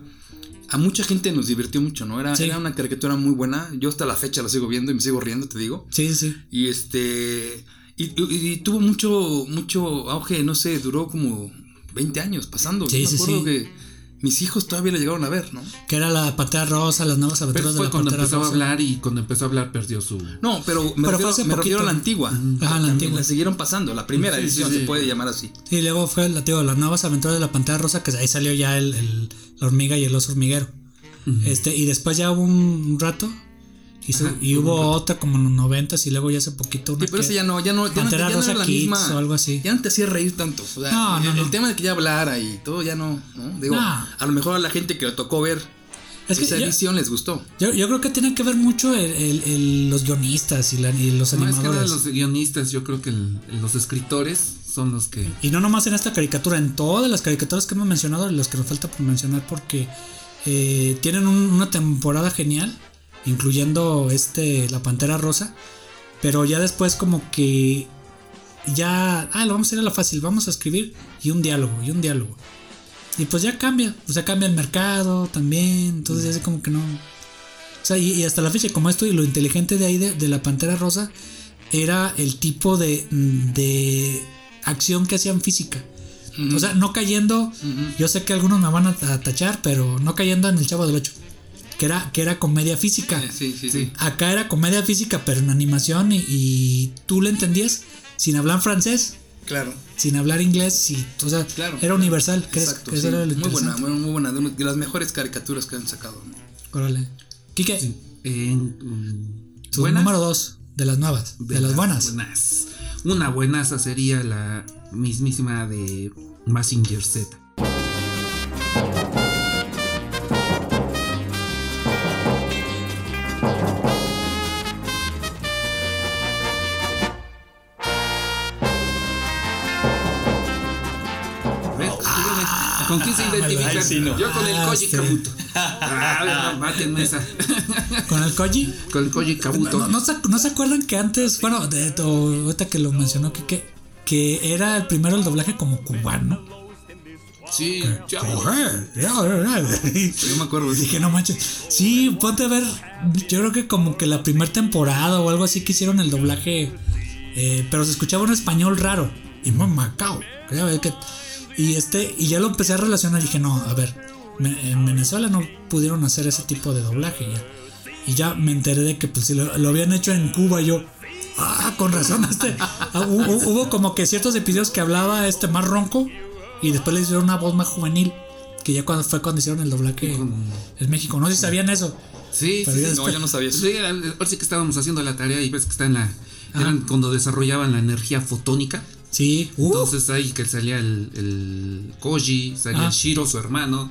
B: a mucha gente nos divirtió mucho, ¿no? Era,
C: Sí.
B: era una caricatura muy buena. Yo hasta la fecha la sigo viendo y me sigo riendo, te digo.
C: Sí, sí.
B: Y este. Y, y- y tuvo mucho, mucho auge, no sé, duró como 20 años pasando.
C: Sí,
B: Yo me
C: sí,
B: acuerdo
C: sí.
B: que mis hijos todavía la llegaron a ver, ¿no?
C: Que era la pantera rosa, las nuevas
D: Pero
C: aventuras de
D: fue
C: la
D: cuando
C: pantera
D: empezó a
C: rosa.
D: hablar y cuando empezó a hablar perdió su.
B: No, pero me,
C: Pero fue
B: refiero,
C: hace
B: me refiero a la
C: poquito.
B: antigua.
C: Ajá, la
B: También
C: antigua.
B: La siguieron pasando, la primera
D: Sí, sí,
B: edición
D: sí.
B: se puede llamar así.
C: Sí, luego fue la, tío, las nuevas aventuras de la pantera rosa, que ahí salió ya el, el- la hormiga y el oso hormiguero. este, y después ya hubo un rato y, se- y hubo otra como en los noventas y luego ya hace poquito una
B: Sí, pero
C: que-
B: esa ya no, ya no, ya no, te-
C: Pantera
B: ya no
C: Rosa
B: era la
C: Kids
B: misma.
C: o algo así.
B: Ya no te hacía reír tanto. O sea,
C: No,
B: el,
C: no, no.
B: el tema de que ya hablara y todo ya no, ¿no? Digo,
C: No.
B: a lo mejor a la gente que lo tocó ver
C: Es que
B: esa
C: yo,
B: edición les gustó.
C: yo- yo creo que tienen que ver mucho el- el- el- los guionistas y, la- y los
D: No, es que
C: animadores.
D: eran los guionistas, yo creo que el- los escritores son los que. eh,
C: Y no nomás en esta caricatura, en todas las caricaturas que hemos mencionado y las que nos falta por mencionar porque eh, tienen un- una temporada genial, incluyendo este La Pantera Rosa, pero ya después como que ya, ah, lo vamos a ir a la fácil, vamos a escribir y un diálogo, y un diálogo. Y pues ya cambia, o sea, cambia el mercado también, entonces ya así como que no... O sea, y, y hasta la fecha, como esto, y lo inteligente de ahí de, de la Pantera Rosa era el tipo de, mm, de acción que hacían física. O sea, no cayendo, yo sé que algunos me van a ta- tachar, pero no cayendo en el Chavo del Ocho, que era, que era comedia física.
B: Sí, sí, sí.
C: Acá era comedia física, pero en animación y, y tú le entendías sin hablar francés,
B: Claro.
C: sin hablar inglés, y, o sea,
B: Claro.
C: era universal. que es-
B: Exacto,
C: que eso
B: sí.
C: era lo
B: muy buena,
C: interesante.
B: muy, muy buena, de una- de las mejores caricaturas que han sacado. ¿no?
C: Órale. Quique,
D: En- mm,
C: tu
D: buenas,
C: número dos de las nuevas, de, las buenas.
D: buenas. Una buenaza sería la mismísima de Massinger Z.
C: Oh,
D: Ver, dígame, ¿Con quién se identifica?
C: Ahí ah, sí, no.
D: Yo con el
C: Ah,
D: Koji
C: sí.
D: Kabuto. Ah, no, mátenme esa.
C: Con el Koji.
D: Con el Koji Kabuto.
C: No, no se, no se acuerdan que antes, bueno, de, de- ahorita que lo mencionó Quique, que era el primero el doblaje como cubano?
D: Sí, chavo.
C: Yo
B: Yo me acuerdo.
C: Dije, no manches. Sí, ponte a ver. Yo creo que como que la primera temporada o algo así que hicieron el doblaje. eh, pero se escuchaba un español raro. Y muy macao. Ya ves que- Y este, y ya lo empecé a relacionar. Dije, no, a ver, me- en Venezuela no pudieron hacer ese tipo de doblaje ya. Y ya me enteré de que pues sí lo, lo habían hecho en Cuba y yo. Ah, con razón, este. ah, hu- hu- hubo como que ciertos episodios que hablaba este más ronco. Y después le hicieron una voz más juvenil. Que ya cuando fue cuando hicieron el doblaje en México. No sé si sabían eso.
D: Sí,
C: Pero
D: sí,
C: ya
D: sí.
B: No, yo no sabía eso.
D: Sí, era- ahora sí que estábamos haciendo la tarea y ves que está en la. Eran cuando desarrollaban la energía fotónica.
C: Sí. Uh,
D: Entonces ahí que salía el, el Koji, salía
C: Ah.
D: el Shiro, su hermano,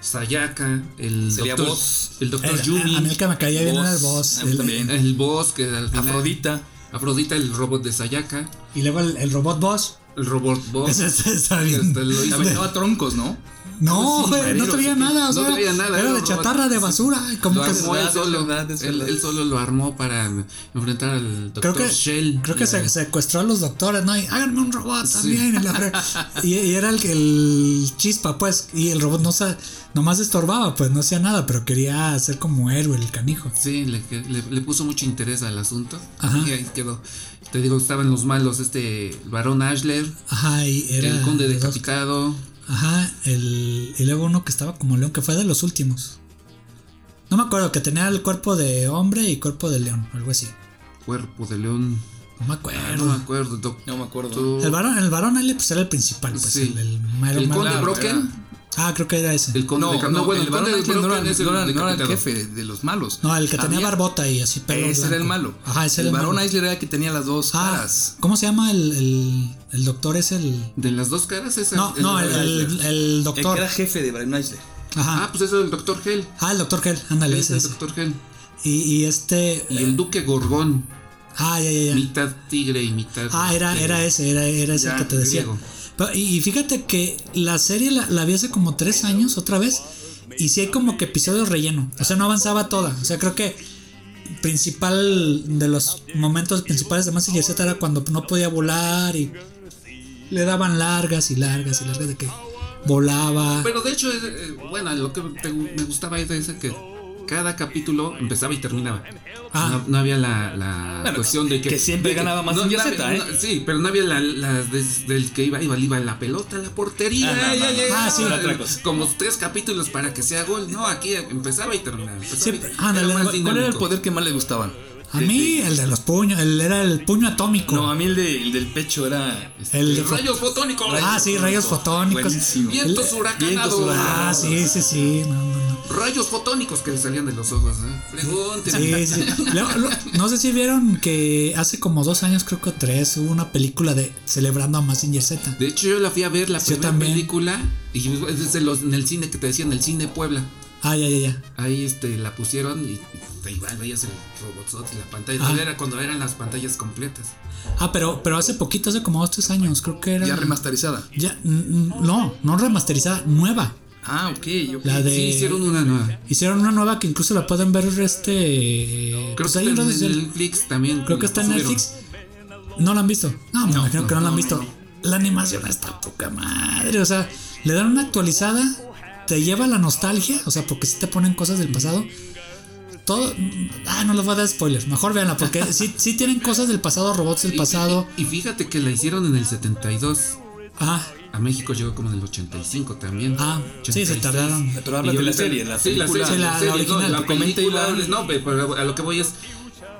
D: Sayaka, el
B: Salía
D: doctor,
B: Boss.
D: el doctor
C: eh,
D: Yumi,
C: a mí el que me caía bien era el voz.
B: Voz, a mí también.
D: el boss que al final-
B: Afrodita.
D: Afrodita, el robot de Sayaka,
C: y luego el, el robot boss.
D: el robot boss.
C: Ese ese está
D: que
C: bien.
D: hasta este, lo hizo-
B: También estaba troncos, ¿no?
C: No,
D: Sí,
C: güey, no
D: madero,
C: traía
D: sí,
C: nada. o
D: no
C: sea,
D: traía nada,
C: Era
D: era
C: de
D: un
C: chatarra
D: robot.
C: de basura. Como
D: lo
C: que
B: es
D: armó él
B: verdad, es
D: solo.
B: verdad, es
D: él,
B: verdad.
D: él solo lo armó para enfrentar al doctor
C: creo que,
D: Shell.
C: creo que
D: y
C: se
D: al-
C: secuestró a los doctores, ¿no? Y háganme un robot
D: Sí.
C: también. y la fre- Y, y era el, que- el chispa, pues. Y el robot no sa- nomás estorbaba, pues no hacía nada, pero quería ser como héroe el canijo.
D: Sí, le, que- le- le puso mucho interés al asunto.
C: Ajá.
D: Y ahí quedó. Te digo, estaban los malos, este el varón Ashler,
C: Ajá, y era.
D: el conde
C: de dos-
D: decapitado.
C: Ajá, el, y luego uno que estaba como león, que fue de los últimos. No me acuerdo, que tenía el cuerpo de hombre y cuerpo de león, algo así.
D: Cuerpo de león.
C: No me
D: Ah,
C: acuerdo.
D: no me acuerdo. doc-
B: No me acuerdo.
C: El
D: doctor-
C: varón, el varón Ale, pues era el principal, pues
D: Sí.
C: el, el mero,
D: El
C: mero-
D: conde
B: Claro,
D: Broken.
B: era-
C: Ah, creo que era ese.
D: El conde
B: No,
D: decapitado.
B: no,
D: bueno,
B: el varón
D: de
B: Ángel no era,
D: Broken es el
B: no era- no era el
D: decapitado.
B: jefe de, de los malos.
C: No, el que tenía
B: Había-
C: barbota y así pelo
B: Ah, Ese era el
C: blanco.
B: malo.
C: Ajá, ese
B: el
C: era el
B: varón
C: malo.
B: Eisler era el que tenía las dos
C: Ah,
B: caras.
C: ¿cómo se llama el, el, el doctor? Es el.
D: De las dos caras es
C: No, no, el, el- el
B: El que
C: doctor.
B: era jefe de Brian Eisler.
D: Ah,
C: Ajá.
D: pues ese es el doctor Hell.
C: Ah, el doctor Gel, ándale,
D: Es
C: ese,
D: el
C: ese.
D: doctor Hell.
C: Y, y este.
D: Y el duque Gorgón,
C: Ah, ya, ya, ya.
D: mitad tigre y mitad.
C: Ah, era,
D: este,
C: era ese, era, era ese
D: Ya,
C: que te decía.
D: griego.
C: Pero- y, y fíjate que la serie la, la vi hace como tres años otra vez. Y sí hay como que episodios relleno. O sea, no avanzaba toda. O sea, creo que principal de los momentos principales de Massinger Z era cuando no podía volar y le daban largas y largas y largas de que volaba.
D: Pero de hecho, eh, bueno, lo que te- me gustaba era ese que cada capítulo empezaba y terminaba.
C: Ah.
D: No, no había la, la
B: Bueno,
D: cuestión de que.
B: que siempre
D: de
B: ganaba más
D: no
B: Mazinger
D: había-
B: Z, ¿eh?
D: no, sí, pero no había la, la des- del que iba, iba, iba la pelota, la portería.
B: Ah, no,
D: ya,
B: no,
D: ya,
B: no.
D: ya,
C: Ah, sí.
D: ya,
B: Otra cosa.
D: Como tres capítulos para que sea gol. No, aquí empezaba y terminaba. empezaba
C: Sí,
D: y-
C: pero-
D: era
C: ándale,
D: más
C: ¿cuál
B: ¿Cuál era el
D: dinámico.
B: poder que más le gustaban?
C: A mí el de los puños, el, era el puño atómico.
B: No, a mí el, de- el del pecho era.
C: el de fo-
D: Rayos fotónicos.
C: ah, sí, rayos fotónicos.
B: Buenísimo.
D: Vientos huracanados.
B: vientos
C: Ah, sí, sí, sí. No, no, no.
D: Rayos fotónicos que le salían de los ojos. ¿eh? Pregúntenme.
C: Sí, sí. Luego, lo- no sé si vieron que hace como dos años, creo que tres, hubo una película de celebrando a Mazinger Z.
D: De hecho, yo la fui a ver la
C: Yo
D: primera
C: también.
D: película. Y "Pues, es de los- en el cine que te decían, el cine Puebla.
C: Ah, ya, ya, ya.
D: Ahí este, la pusieron y te igual veías el robotzote en la pantalla.
C: Ah.
D: Era cuando eran las pantallas completas.
C: Ah, pero, pero hace poquito, hace como dos, tres años, creo que era.
B: Ya remasterizada.
C: Ya, mm, mm, no, no remasterizada, nueva.
B: Ah, ok. ok.
C: La de-
D: Sí, hicieron una nueva.
C: Hicieron una nueva que incluso la pueden ver este.
D: Creo
C: pues
D: que
C: ahí en
D: está en
C: redes sociales.
D: Netflix también.
C: Creo que está en
D: Subieron.
C: Netflix. No la han visto. No, me imagino que no la han
D: no,
C: visto.
D: no.
C: La animación está poca madre. O sea, le dan una actualizada. Te lleva a la nostalgia. O sea, porque si te ponen cosas del pasado. Todo. Ah, no les voy a dar spoilers. Mejor véanla. Porque sí, sí tienen cosas del pasado, robots del
D: Y-
C: pasado.
D: Y, y fíjate que la hicieron en el 72.
C: Ah,
D: A México llegó como en el 85 también.
C: ah. Sí, se
D: 86.
C: tardaron.
B: Pero hablas
D: Y
B: de la
D: ahorita-
B: serie, la
D: sí,
B: película.
C: serie,
D: la,
C: la-
D: serie,
C: la original.
D: no, la
B: Comenta
D: película,
B: Iván.
D: no, pe- pero a lo que voy es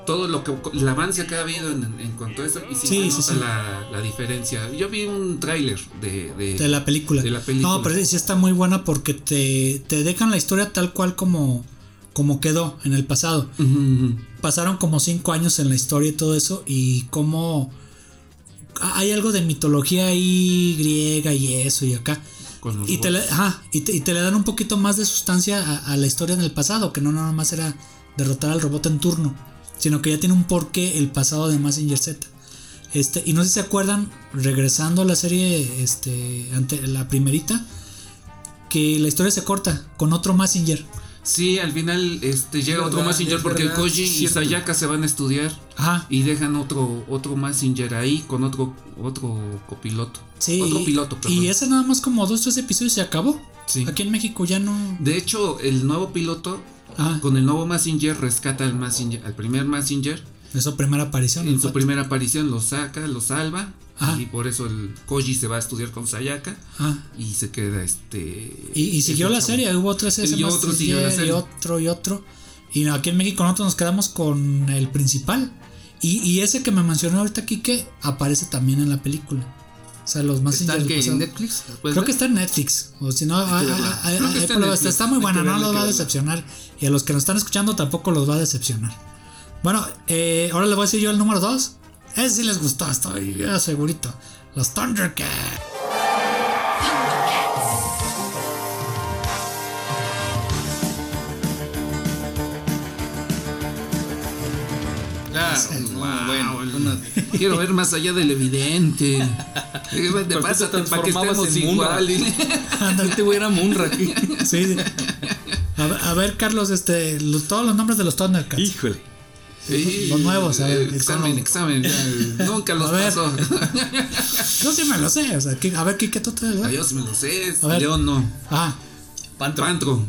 D: todo lo que el avance que ha habido en, en cuanto a eso y sí,
C: Sí,
D: se
C: sí,
D: nota
C: sí.
D: La, la diferencia. Yo vi un tráiler de, de,
C: De la película.
D: de la película.
C: No, pero sí está muy buena porque te, te dejan la historia tal cual como, como quedó en el pasado.
D: Ujú, ujú.
C: pasaron como cinco años en la historia y todo eso y cómo hay algo de mitología ahí griega y eso y acá
D: Con los
C: y te, le,
D: robots.
C: ajá, y, te, y te le dan un poquito más de sustancia a, a la historia en el pasado que no nada más era derrotar al robot en turno sino que ya tiene un porqué el pasado de Mazinger Z este y no sé si se acuerdan regresando a la serie este ante la primerita que la historia se corta con otro Mazinger
D: Sí, al final este,
C: Es
D: llega otro
C: verdad,
D: Massinger
C: es
D: porque
C: verdad,
D: Koji y
C: cierto.
D: Sayaka se van a estudiar
C: Ajá.
D: y dejan otro, otro Massinger ahí con otro, otro copiloto.
C: Sí.
D: Otro
C: y-
D: piloto, perdón.
C: Y ese nada más como dos, tres episodios y se acabó.
D: Sí.
C: Aquí en México ya no.
D: De hecho, el nuevo piloto
C: Ah,
D: con el nuevo Massinger rescata al, Mazinger- al primer Massinger
C: es su primera aparición.
D: en
C: el
D: su
C: vato.
D: primera aparición, lo saca, lo salva
C: Ajá.
D: y por eso el Koji se va a estudiar con Sayaka
C: Ah,
D: y se queda este...
C: Y, y siguió
D: este
C: la
D: chavo.
C: serie, hubo tres
D: Y
C: ese
D: otro
C: más
D: siguió la
C: ayer,
D: serie.
C: Y otro y otro. Y aquí en México nosotros nos quedamos con el principal. Y, y ese que me mencionó ahorita Kike aparece también en la película. O sea, los más
B: ¿Está
C: del
B: que en
C: pasado.
B: Netflix? ¿La puedes
C: Creo
B: ver?
C: que está en Netflix. O si no, ah,
B: que verla.
C: ah, ah,
D: Creo que
C: ah,
D: está en
C: pero
D: Netflix.
C: está, está muy
D: Hay que
C: buena,
D: verla,
C: no
D: hay
C: los
D: que
C: va a
D: verla.
C: decepcionar. Y a los que nos están escuchando tampoco los va a decepcionar. Bueno, eh, ahora les voy a decir yo el número 2. Ese sí les gustó, estoy eh, segurito. Los Thundercats.
D: Ah,
B: Ah,
D: wow,
B: bueno,
D: el- Quiero ver más allá del evidente. Eh, Te pasa para que estemos igual.
B: Antes güey era Munra.
C: Sí, sí. A ver, a ver, Carlos, este, lo- todos los nombres de los Thundercats.
B: Híjole.
D: Sí,
C: Los nuevos, a ver,
D: eh, Examen,
C: examen.
D: examen. ya, Nunca los
C: A ver.
D: paso.
C: Yo sí me lo sé. O sea, que- a ver, ¿qué, tú te
D: Ay, Yo sí me lo sé.
C: A ver.
D: León no.
C: Ah,
B: Pantro.
D: Pantro.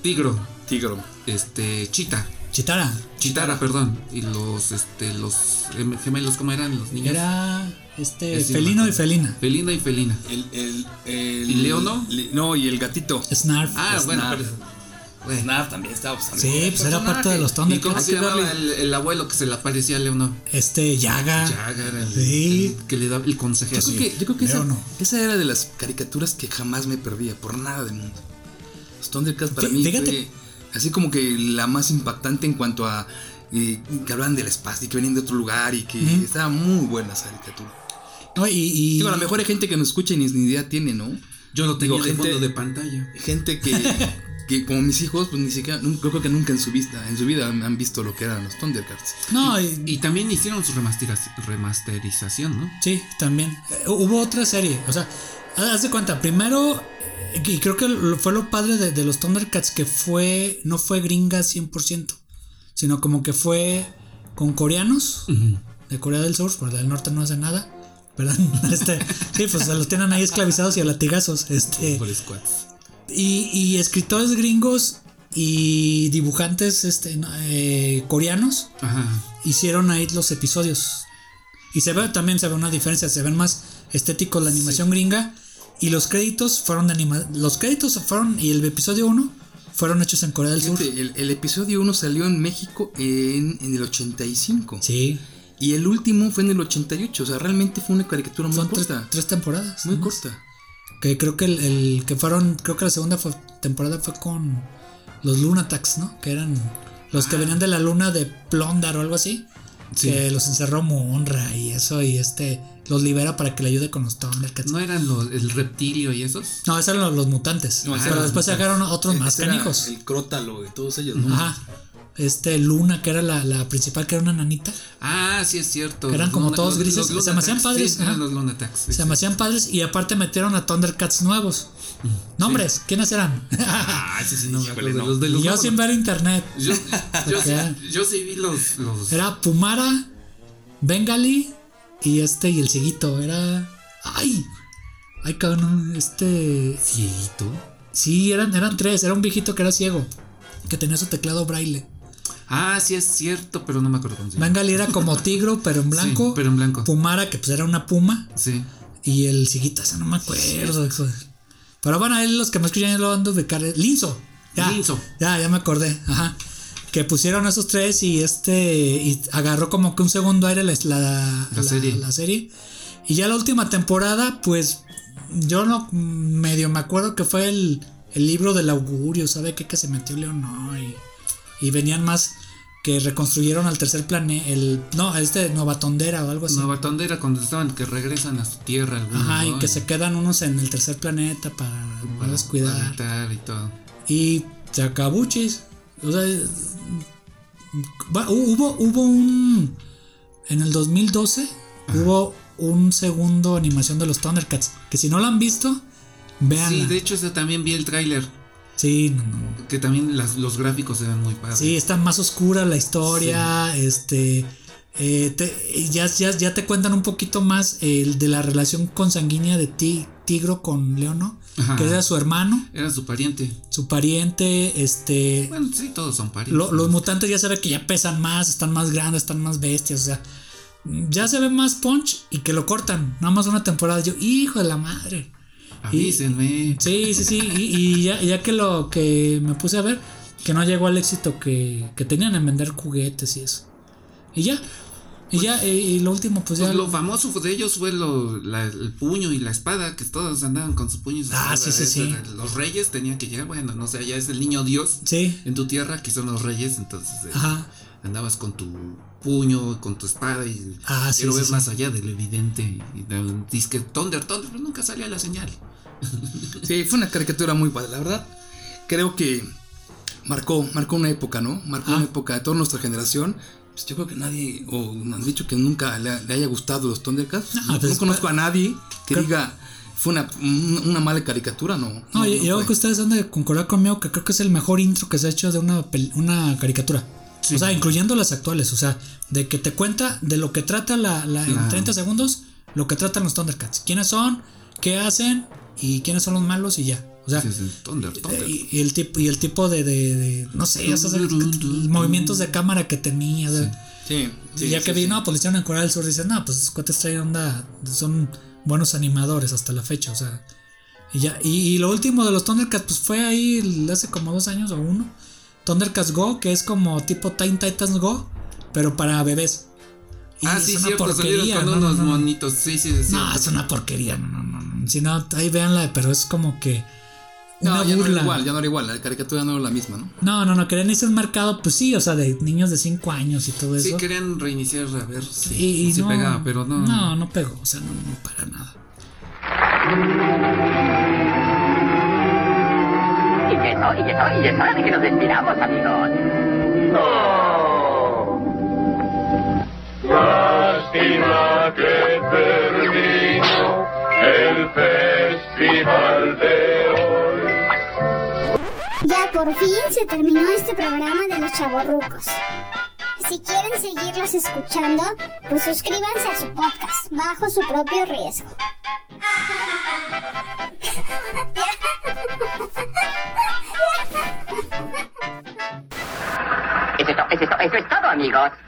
D: Tigro.
B: Tigro.
D: Este. Chita.
C: Chitara.
D: Chitara, perdón. Y los este. Los em, gemelos, ¿cómo eran los niños?
C: Era este,
D: Sí, sí,
C: felino
D: me
C: y
D: acuerdo.
C: felina.
D: Felina y felina.
B: El, el, el,
D: ¿Y Leo no?
B: Le- no, y el gatito.
C: Snarf.
D: Ah,
B: Snarf.
D: bueno. pero- bueno.
B: Snarf también estaba bastante
C: Sí,
B: bueno.
C: pues era
B: Personaje.
C: parte de los
D: ¿Y cómo
C: Thundercats.
D: se llamaba el, el abuelo que se le aparecía a León?
C: Este, Yaga.
D: Jagger, el,
C: Sí.
D: el que le daba el
B: Yo
D: consejero.
B: creo que, yo creo que
C: Leo
B: esa,
C: no.
B: esa era de las caricaturas que jamás me perdía, por nada del mundo. Los Thundercats para
C: Fí-
B: mí
C: fíjate.
B: fue así como que la más impactante en cuanto a eh, que hablaban del espacio y que venían de otro lugar y que estaba muy buena esa caricatura.
C: No, y, y-
B: Digo, a lo mejor hay gente que nos escucha y ni, ni idea tiene, ¿no?
D: Yo lo tengo
B: Digo,
D: de
B: gente-
D: fondo de pantalla.
B: Gente que, que como mis hijos, pues ni siquiera, nun- yo creo que nunca en su vida, en su vida han, han visto lo que eran los Thundercats.
C: no, y-
D: Y también hicieron su remasteriz- remasterización, ¿no?
C: Sí, también. Eh, hubo otra serie. O sea, haz de cuenta, primero, eh, y creo que lo- fue lo padre de, de los Thundercats, que fue, no fue gringa 100%, sino como que fue con coreanos de Corea del Sur, porque la del norte no hace nada. Perdón, este, sí, pues se los tienen ahí esclavizados y a latigazos. Este,
D: Por squads.
C: y, y escritores gringos y dibujantes este, no, eh, coreanos
D: Ajá. hicieron
C: hicieron ahí los episodios. Y se ve también se ve una diferencia, se ven más estéticos la animación gringa y los créditos fueron de anima los créditos fueron y el episodio 1 fueron hechos en Corea del Sur.
B: Fíjate, el, el episodio 1 salió en México en, en el 85.
C: Sí,
B: Y el último fue en el 88. O sea, realmente fue una caricatura muy
C: son tres,
B: corta.
C: tres temporadas.
B: muy
C: ¿no?
B: corta.
C: Que creo que el, el que fueron creo que la segunda fue- temporada fue con los Lunatax, ¿no? Que eran los
B: Ah.
C: que venían de la luna de Plondar o algo así.
D: Sí.
C: Que los encerró Munra y eso y este los libera para que le ayude con los Thundercats.
D: ¿No eran los, el reptilio y esos?
C: No, esos eran los, los mutantes.
B: No, esos
C: pero
B: eran
C: después
B: los
C: sacaron otros más
B: Este era
C: canijos.
B: El crótalo de todos ellos, ¿no?
C: Ajá. Este Luna, que era la, la principal, que era una nanita.
D: Ah, sí, es cierto.
C: Eran
D: Los
C: como
D: Luna-
C: todos
D: los-
C: grises,
D: los
C: se
D: Lunatax,
C: me hacían padres,
D: sí, eran
C: ajá.
D: los Lunatax. sí,
C: Se
D: sí.
C: me hacían padres y aparte metieron a Thundercats nuevos. Nombres, ¿quiénes eran?
D: Ah, sí, sí, no me
B: Híjole,
D: acuerdo.
B: no.
D: Los de
C: Y
D: los
C: yo
D: nuevos-
C: sin ver internet.
D: Yo, yo, sí,
C: Acá.
D: yo sí vi los. los
C: Era Pumara, Bengali y este y el cieguito. Era. ¡Ay! Ay, cabrón. Este.
D: ¿Cieguito?
C: Sí, eran, eran tres. Era un viejito que era ciego. Que tenía su teclado braille.
D: Ah, sí, es cierto, pero no me acuerdo cómo se llama.
C: Bengali era como tigro, pero en
D: Sí,
C: blanco.
D: pero en blanco.
C: Pumara, que pues era una puma.
D: Sí.
C: Y el ciguita, ese no me acuerdo. eso. Pero bueno, ahí los que me escuchan ya lo ando de cara. Linzo. Ya,
D: Linzo.
C: Ya, ya me acordé. Ajá. Que pusieron esos tres y este. Y agarró como que un segundo aire la, la-
D: La serie.
C: la serie. Y ya la última temporada, pues. Yo no medio me acuerdo que fue el, el libro del augurio, ¿sabe qué? Que se metió León, no. Y, y venían más que reconstruyeron al tercer planeta. El, no, este Nova Tondera o algo así.
D: Nueva Tondera, cuando estaban que regresan a su tierra. Algunos,
C: Ajá, y
D: ¿no?
C: que se quedan unos en el tercer planeta para
D: para
C: poderlos cuidar.
D: habitar y todo.
C: Y chacabuchis. O sea, eh, va- hu- hubo, hubo un. En el 2012 hubo un segundo animación de los Thundercats. Que si no lo han visto, véanla.
D: Sí, de hecho, ese también vi el tráiler.
C: Sí, no, no.
D: Que también las- los gráficos eran muy padres.
C: Sí, está más oscura la historia. Este. eh, te- ya, ya, ya te cuentan un poquito más el de la relación consanguínea de ti, Tigro con Leono,
D: Ajá.
C: que era su hermano,
D: Era su pariente.
C: su pariente. Este.
D: Bueno, sí, todos son parientes.
C: lo- los mutantes ya se ve que ya pesan más, están más grandes, están más bestias. O sea, ya se ve más punch y que lo cortan. Nada más una temporada. Yo, hijo de la madre.
D: Avísenme.
C: Sí, sí, sí. Y, y ya, ya que lo que me puse a ver, que no llegó al éxito que, que tenían en vender juguetes y eso. Y ya. Y ya, eh, y, lo último, pues ya.
D: Pues lo famoso de ellos fue lo- la- el puño y la espada, que todos andaban con sus puños. y
C: Ah,
D: espadas.
C: sí, sí,
D: Este, Los reyes tenían que llegar, bueno, no sé, allá es el niño Dios
C: Sí.
D: en tu tierra, que son los reyes, entonces eh,
C: Ajá.
D: andabas con tu puño, con tu espada y
C: Ah, sí,
D: quiero
C: sí,
D: ver
C: sí.
D: más allá del evidente. Y, de- dice que Thunder, Thunder, pero nunca salía la señal.
B: Sí, fue una caricatura muy padre, la verdad. Creo que marcó, marcó una época, ¿no? Marcó
C: Ah.
B: una época de toda nuestra generación. Pues yo creo que nadie, o me han dicho que nunca le, ha- le haya gustado los Thundercats.
C: No,
B: No,
C: pues,
B: no conozco a nadie que
C: creo-
B: diga fue una, un- una mala caricatura, ¿no?
C: No, yo, yo creo
B: fue.
C: que ustedes han de concordar conmigo que creo que es el mejor intro que se ha hecho de una, pel- una caricatura. O sea, incluyendo las actuales. O sea, de que te cuenta de lo que trata la, la- en
D: Claro.
C: 30 segundos, lo que tratan los Thundercats. ¿Quiénes son? ¿Qué hacen? ¿Y quiénes son los malos? Y ya. O sea, eh,
D: Sí, sí, Thunder, Thunder.
C: Y, y el tipo, y el tipo de, de- de- no sé, esos de- movimientos de cámara que tenía. o sea,
B: Sí, sí,
C: y ya
B: sí,
C: que vi,
B: sí.
C: no, pues le hicieron en Corea del Sur, dicen, no, pues esos cuates traen onda, son buenos animadores hasta la fecha, o sea. Y ya, y, y lo último de los Thundercats, pues fue ahí el- hace como dos años o uno. Thundercats Go, que es como tipo Teen Titans Go, pero para bebés. Y
D: Ah,
C: es
D: sí,
C: una
D: cierto, salieron con
C: no, no,
D: unos
C: no, no.
D: monitos. Sí, sí, sí.
C: No, es una porquería, no, no, no, no. Si no, ahí véanla, pero es como que una
B: No, ya no
C: burla.
B: era igual, ya no era igual, la caricatura no era la misma, ¿no?
C: No, no, no, querían irse a un mercado, pues sí, o sea, de niños de 5 años y todo
D: Sí,
C: eso.
D: querían reiniciar a ver si
C: y, y
D: si
C: no,
D: pegaba, pero no.
C: No, no pegó, o sea, no, no, para nada.
H: Y es, hora- y, es, hora- y es hora de que nos despidamos, amigos.
I: Lástima que terminó el festival de hoy.
A: Ya por fin se terminó este programa de los chavorrucos. Si quieren seguirlos escuchando, pues suscríbanse a su podcast bajo su propio riesgo.
H: Eso es, to- eso es to- eso es todo, amigos.